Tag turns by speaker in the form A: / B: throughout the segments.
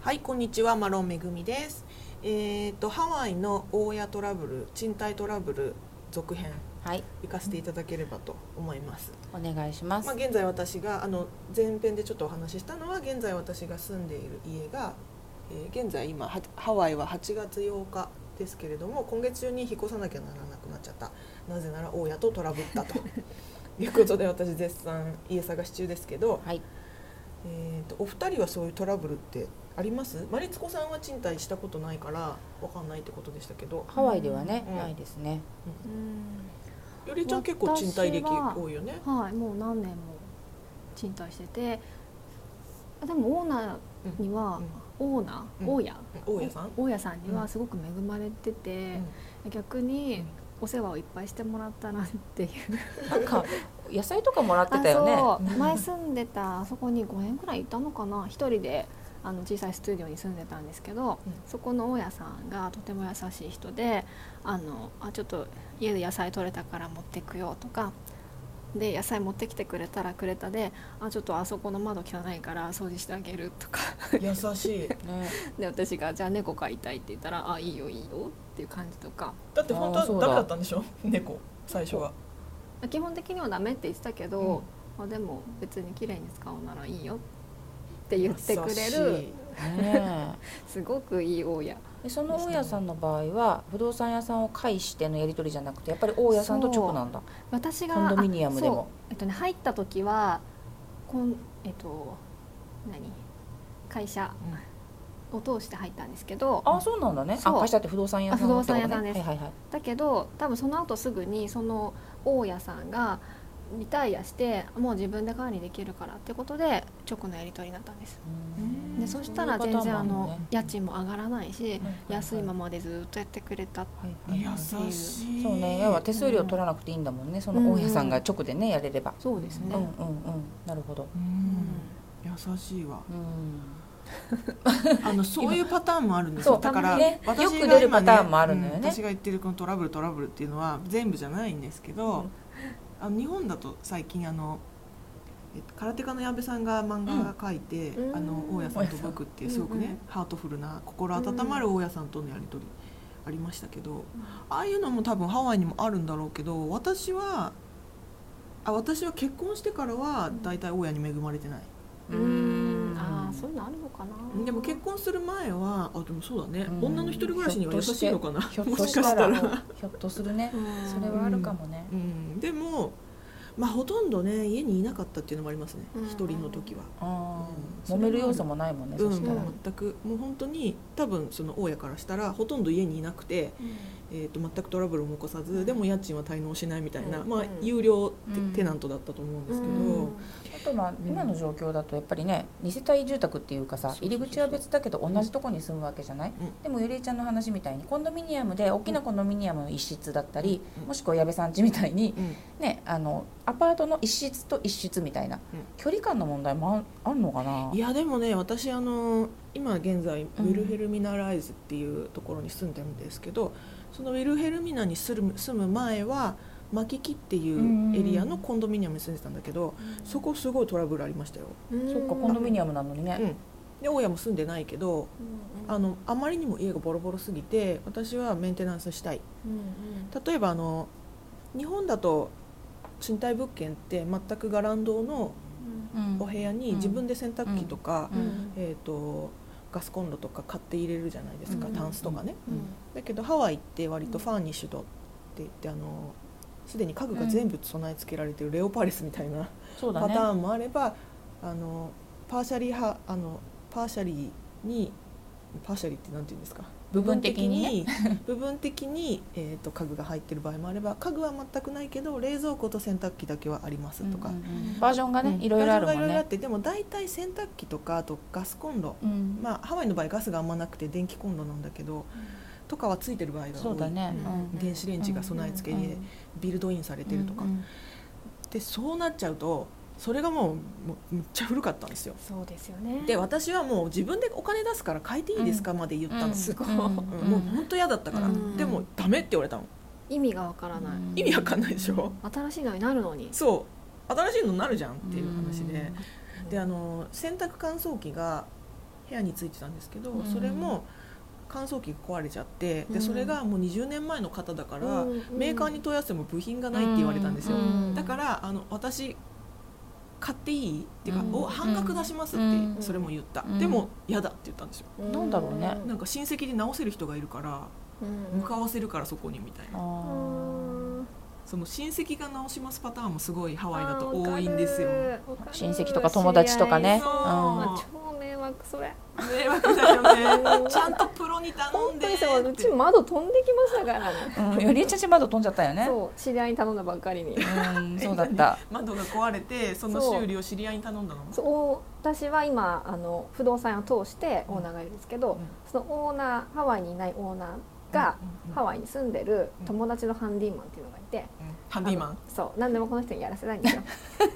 A: はいこんにちはマロンめぐみですえっ、とハワイの大家トラブル賃貸トラブル続編
B: はい、
A: 行かせていただければと思います、
B: お願いします。
A: まあ、現在私があの前編でちょっとお話ししたのは現在私が住んでいる家が、えー現在今はハワイは8月8日ですけれども今月中に引っ越さなきゃならなくなっちゃったなぜなら大家とトラブったということで私絶賛家探し中ですけど、
B: はい、
A: えー、とお二人はそういうトラブルってありますマリツコさんは賃貸したことないからわかんないってことでしたけど
B: ハワイではね、
A: うん
B: ないですね。
C: う
A: よりちゃん結構賃貸歴
C: 私は
A: 多いよね
C: んはいもう何年も賃貸しててでもオーナーには、オーナー、
A: うん
C: 大家
A: 大家さん、
C: 大家さんに
A: うん
C: はすごく恵まれてて、逆にお世話をいっぱいしてもらったなっていう
B: なんか野菜とかもらって
C: あ
B: たよね。
C: そう
A: うん
C: 前住んでたあそこに5年くらいいたのかな一人であの小さいスタジオに住んでたんですけど、
A: うん
C: そこの大家さんがとても優しい人であのあちょっと家で野菜取れたから持ってくよとかで野菜持ってきてくれたらくれたであちょっとあそこの窓汚いから掃除してあげるとか
A: 優しい
B: ね、
C: で私がじゃあ猫飼いたいって言ったらあいいよいいよっていう感じとか
A: だって本当
B: あーそう
A: は
B: だ
A: ダメだったんでしょ猫最初は
C: 基本的にはダメって言ってたけど、まあ、でも別に綺麗に使うならいいよって言って
A: 優
C: くれる
A: しい
B: ね
C: すごくいい大家
B: え。でその大家さんの場合は不動産屋さんを介してのやり取りじゃなくて、やっぱり大家さんと直なんだ。
C: 私が
B: コンドミニアムで
C: あそう
B: も。
C: えっとね、入った時はこんえっと何会社を通して入ったんですけど
B: あ、そうなんだね。あ、
C: そう
B: 会社って不動産屋さんのってことね
C: あ不動産屋さんです
B: はいはいはい。
C: だけど多分その後すぐにその大家さんがリタイアしてもう自分で管理できるからってことで直のやり取りになったんです
A: うん
C: でそしたら全
B: そういう
C: 然
B: パター
C: あ
B: ンもあ
C: の
B: るね
C: 家賃も上がらないし
B: はいはいはい
C: 安いままでずっとやってくれたっ
B: はいはいはい
A: 優しい
B: そうね。要は手数料取らなくていいんだもんね。その大家さんが直でねやれれば。
C: そうです
B: うん
C: ね
B: うんうん。なるほど。
A: う
C: うん
A: ん優しいわ
B: うん。
A: あのそういうパターンもあるんです
B: そ
A: よ
B: う
A: だから
B: たまにね
A: 私が
B: よく
A: 今
B: 出るパターンもあるのよね
A: うん私が言ってるこのトラブルトラブルっていうのは全部じゃないんですけど、あの日本だと最近あのえっと空手家の矢部さんが漫画を書いて、
C: うん
A: あの大家さんと僕っていうすごくね、
C: うんうん
A: ハートフルな心温まる大家さんとのやり取りありましたけど、ああいうのも多分ハワイにもあるんだろうけど私はあ私は結婚してからは大体大家に恵まれてない。
C: うんああそういうのあるのかな
A: でも結婚する前はあでもそうだね、
B: うん
A: 女の一人暮らしには優しいのかな
B: ひょっ
A: も
B: と
A: し
B: した
A: からしたら、
B: ひょっとするね
C: うん
B: それはあるかもね
A: うん、でもまあほとんどね家にいなかったっていうのもありますね
C: うん
A: 一、人の時は、う
B: あー
A: ん
B: 揉める要素もないもんね
A: う
B: そ
A: ん、
B: したら
C: う
A: 全くもう本当に多分その大家からしたらほとんど家にいなくて、えー、と全くトラブルも起こさずでも家賃は滞納しないみたいな、
B: うん
A: まあ
C: うん
A: 有料テ,、
B: うん
A: テナントだったと思うんですけど、
C: うん
B: あとまあ今の状況だとやっぱりね二世帯住宅っていうかさ
A: そうそうそう
B: 入り口は別だけど同じとこに住むわけじゃない
A: うん
B: でもゆりえちゃんの話みたいにコンドミニアムで大きなコンドミニアムの一室だったり
A: うん
B: もしくは矢部さん家みたいに
A: うん
B: ねあのアパートの一室と一室みたいな距離感の問題もああるのかない
A: やでもね私あの今現在ウィルヘルミナライズっていうところに住んでるんですけど、そのウィルヘルミナに住む住む前はマキキっていうエリアのコンドミニアムに住んでたんだけど、そこすごいトラブルありましたよ、
B: そっかコンドミニアムなのに
A: う
B: ね
A: んで大家も住んでないけどあのあまりにも家がボロボロすぎて私はメンテナンスしたい例えばあの日本だと賃貸物件って全くガランドの
B: うん
A: お部屋に自分で洗濯機とか、
B: うん
A: えー、とガスコンロとか買って入れるじゃないですか、
B: うん
A: タンスとかね、
B: うん
A: だけどハワイって割とファーニッシュドって言ってあのすでに家具が全部備え付けられてるレオパレスみたいな
B: そうだ
A: パ
B: ね
A: ターンもあれば、あのパーシャリーはあのパーシャリーにパーシャリーってなんて言うんですか
B: 部分的にね
A: 部分的に、えー、と家具が入ってる場合もあれば家具は全くないけど冷蔵庫と洗濯機だけはありますとか、
B: うんうんうんバージョンがね、
A: うん
B: いろいろあるも
A: 画像が
B: ん
A: いろいろあっ
B: ね、
A: てでも大体洗濯機とかあとガスコンロ、
B: うん
A: まあ、ハワイの場合ガスがあんまなくて電気コンロなんだけどとかはついてる場合が多い
B: そうだね、
C: うん
B: うん
A: 原子レンジが備え付け
B: うん
A: で
B: うん
A: ビルドインされてるとか、
B: うんうん
A: でそうなっちゃうとそれがもうもうめっちゃ古かったんですよ
C: そうですよね
A: で私はもう自分でお金出すから変えていいですかまで言ったの、
B: うん
A: すごい
B: うん
A: うんもう本当嫌だったから、
C: うん
A: でもダメって言われたの
C: 意味がわからな
B: う
C: い、
B: ん
A: 意味わかんないでしょ、
C: 新しいのになるのに
A: そう新しいのになるじゃんっていう話で、
B: うん
A: であの洗濯乾燥機が部屋についてたんですけど、
B: うん
A: それも乾燥機が壊れちゃって
C: う
A: で
C: ん
A: それがもう20年前の方だから、
C: うん
A: メーカーに問い合わせても部品がないって言われたんですよ、
C: うん
A: だからあの私買っていいっていうか、
B: うん
A: お半額出しますって、
B: うん
A: それも言った、
B: うん
A: でも嫌だって言ったんですよ
B: なんだろうね
A: なんか親戚で直せる人がいるから向かわせるからそこにみたいな
B: あ
A: その親戚が直しますパターンもすごいハワイだと多いんですよね
B: ー親戚とか友達とかね
A: そう
B: うん
C: あ超迷惑それ
A: 迷惑だよねちゃんとプロに頼
C: 本
A: んで
C: 当に
A: って
C: そううち窓飛んできましたからね
B: うんよりえちゃんち窓飛んじゃったよね
C: そう知り合いに頼んだばっかりに
B: うんそうだった
A: 窓が壊れてその修理を知り合いに頼んだの
C: そう私は今あの不動産屋を通してオーナーがいるんですけど、
A: うん
C: そのオーナーハワイにいないオーナーが、
A: うん
C: ハワイに住んでる
A: うん
C: 友達のハンディーマンっていうのがいて、
A: うんハンディーマ
C: あ
A: ン
C: のそう何でもこの人にやらせない んですよ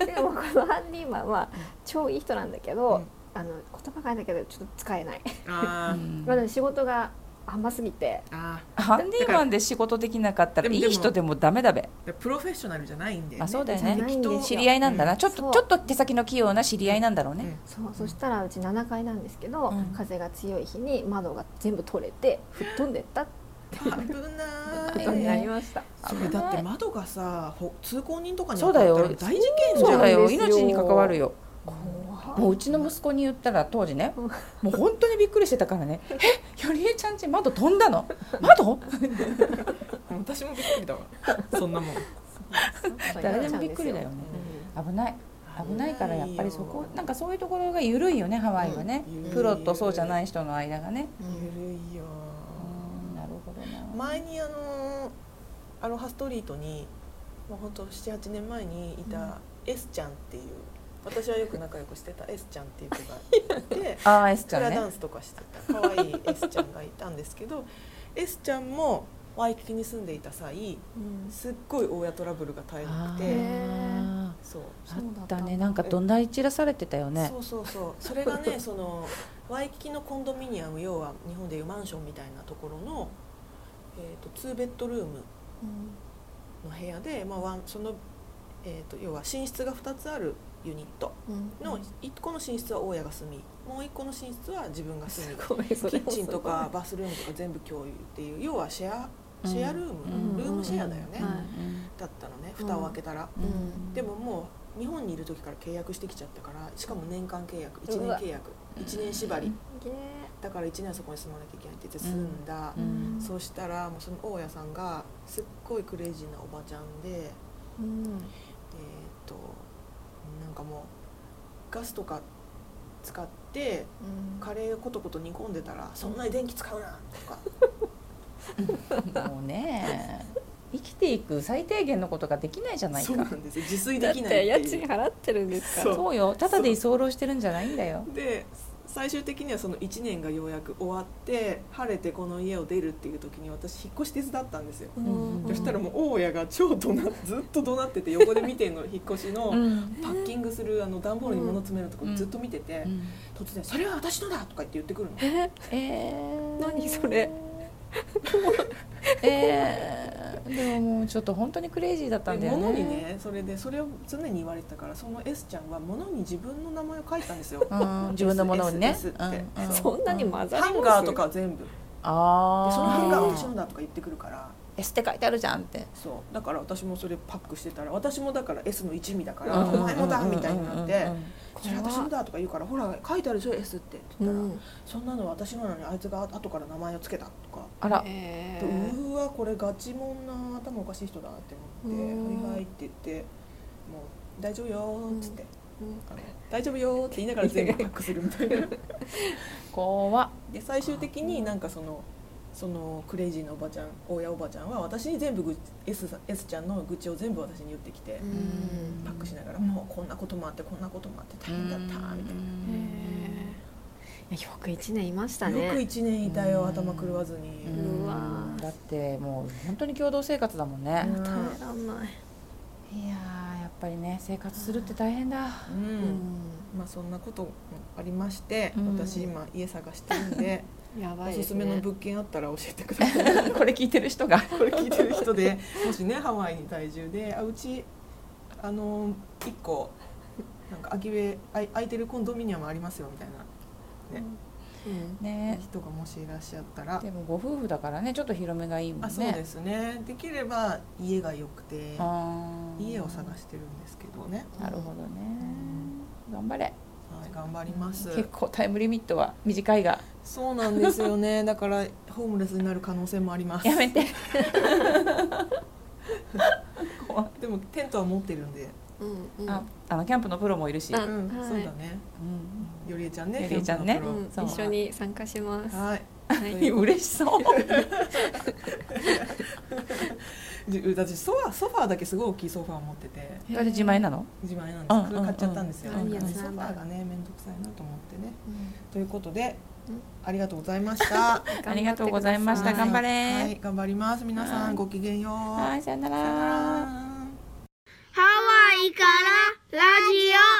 C: でもこのハンディーマンは
A: うん
C: 超いい人なんだけど、あの言葉があれだけどちょっと使えない、
A: あ
B: うん
C: まあでも仕事が甘すぎて
A: ーあ
B: ハンディーマンで仕事できなかったら
A: で
B: い
A: も
B: い人でもダメだべ
A: ーでプロフェッショナルじゃないんで、
B: あそうだよ
C: じゃな
B: ね
C: いんです
B: 知
C: よ
B: り合いなんだなちょっ
C: そ
B: と
C: う
B: ちょっと手先の器用な知り合いなんだろうね
C: そうそしたらうち7階なんですけど、
B: うん
C: 風が強い日に窓が全部取れて吹っ飛んでったって
A: 危な
C: こ
A: い
C: とになりました、
A: それだって窓がさほ通行人とかに
B: そうだよ
A: 当たったら大事件じゃん
B: そうだよ
C: そうなんです
B: 命
C: よ
B: に関わるよ
C: 怖い
B: もううちの息子に言ったら当時ね
C: うん
B: もう本当にびっくりしてたから ね「えよりえちゃんち窓飛んだの窓?」
A: 私もびっくり だわそんなもん
B: 誰でもびっくりだよね危ない危ないからやっぱりそこなんかそういうところが緩いよねハワイはね、
A: うん
B: プロとそうじゃない人の間がね、
A: ゆるいよ
B: うん、なるほどな、
A: 前にあのアロハストリートにもうほんと78年前にいた S ちゃんっていう私はよく仲良くしてた S ちゃんっていう子がいて
B: ああ S ち
A: フ
B: ゃ
A: ラ
B: んね
A: ダンスとかしてた可愛い S ちゃんがいたんですけど S ちゃんもワイキキに住んでいた際すっごい親トラブルが絶えな
B: あ
A: くて
B: ー
A: そう
B: あったねなんかどんなり散らされてたよね
A: そうそうそうそれがね そのワイキキのコンドミニアム要は日本でいうマンションみたいなところの、えー、と2ベッドルームの部屋で、まあ、ワンその、えー、と要は寝室が2つあるユニットの1個の寝室は大家が住みもう1個の寝室は自分が住みキッチンとかバスルームとか全部共有っていう要はシェアシェアルーム、
B: うん
A: ルームシェアだよね、
C: うんはい
A: だったのね蓋を開けたら、
B: うん
C: うん
A: でももう日本にいる時から契約してきちゃったからしかも年間契約1年契約1年縛り、だから1年はそこに住まなきゃいけないって言って住んだ、
B: うん
A: そうしたらもうその大家さんがすっごいクレイジーなおばちゃんでえーっとなんかもうガスとか使ってカレーをコトコト煮込んでたら「そんなに電気使うな」とか
B: もうね生きていく最低限のことができないじ
A: 「
B: ゃない
A: そう
B: か
A: なんですよ自炊
C: だ
A: でき
C: っ
A: ない」
C: て家
A: ってい
C: 賃
A: う。
C: 払ってるんで
A: そ
C: すか
A: う
C: ら
B: そうよただで居候してるんじゃないんだよ
A: で最終的にはその1年がようやく終わって晴れてこの家をら出るっていう時に私引っ越し手伝ったんですよ、
B: ん
A: そしたらもう大家が超怒鳴ずっと怒鳴ってて横で見てんの引っ越しの。
B: うん
A: パッキングするあの段ボールに物詰めるとこ
B: うん
A: ずっと見てて、
B: うん
A: 突然「それは私のだ!」とか言って言ってくるの
C: え
B: えー、
C: 何それ
B: えー、でももうちょっと本当にクレイジーだったんだ
A: で
B: よね
A: 物にねそれでそれを常に言われてたからその S ちゃんは物に自分の名前を書いたんですよ、
B: うん自分のものにね
A: S S って
B: うんうん
C: そんなに混ざります
A: ハンガーとか全部で
B: ああ
A: そのハンガーは私のだとか言ってくるから
B: エスって書いてあるじゃんって
A: そうだから私もそれパックしてたら私もだから S の一味だから「
B: うん
A: お前もだ!」みたいになって
B: うん
A: 「それ私のだ!」とか言うから「ほら書いてあるでしょ S って」って
C: う
A: 言ったら「
C: ん
A: そんなの私のなのにあいつが後から名前をつけた」とか
B: あら
C: え
A: でうーわこれガチもんな頭おかしい人だって思って「
C: うん
A: はいはい」って言って「もう大丈夫よ」っつって、
C: うん
A: あの大丈夫よ」って言いながら全部パックするみたいな
B: 怖っ
A: で最終的になんかそのそのクレイジーなおばちゃん大家おばちゃんは私に全部愚痴 S, さん S ちゃんの愚痴を全部私に言ってきて、
B: ん
A: パックしながら「もうこんなこともあってこんなこともあって大変だった」みたいな。
C: えよく一年いましたね
A: よく1年いたよ
B: うん
A: 頭狂わずに、
B: う
A: うん
B: ん
C: うわ
B: だってもう本当に共同生活だもんね、
C: 耐えらんない
B: いやーやっぱりね生活するって大変だ
A: まあそんなこともありまして、
B: うん
A: 私今家探してるん で
C: やば
A: お
C: い
A: す
C: です
A: すめの
C: ね
A: 物件あったら教えてください
B: これ聞いてる人が
A: これ聞いてる人でもしねハワイに在住であうちあの1個なんか空き部屋あい空いてるコンドミニアムありますよみたいなね
B: ね
A: 人がもしいらっしゃったら
B: でもご夫婦だからねちょっと広めがいいもんね
A: あそうですねできれば家が良くて
B: あー
A: 家を探してるんですけどね、
B: なるほどね頑張れ
A: はい、頑張ります
B: 結構タイムリミットは短いが
A: そうなんですよねだからホームレスになる可能性もあります
B: やめ て
A: でもテントは持ってるんで、
D: うんうん
B: ああのキャンプのプロもいるし、
D: あ
B: う
A: うん
D: はい
A: そうだね
B: ん、
A: よりえちゃんね
B: よりえちゃんね
A: キャンプの
D: うん
A: プロ
C: 一緒に参加します。は
A: はい
C: い。
B: 嬉し そう
A: で私ソファソファーだけすごい大きいソファー持ってて
B: それ自前なの
A: 自前なん
B: うん
A: です、これ買っちゃったんですよ、
D: うんうん
A: なんかね
D: いいや
A: ソ
D: つな
A: フ
D: ん
A: ァ
D: だ
A: ーがね面倒くさいなと思ってね
D: うん
A: ということで、
D: うん
A: ありがとうございました。
B: ありがとうござい まし
A: は
B: た
A: い
B: 頑張れ
A: はい、頑張ります。皆さ
B: は
A: ん
B: い
A: ごきげんよう。
B: はいさよな
A: さよ
B: ら
A: なら。
E: ハワイからラジオ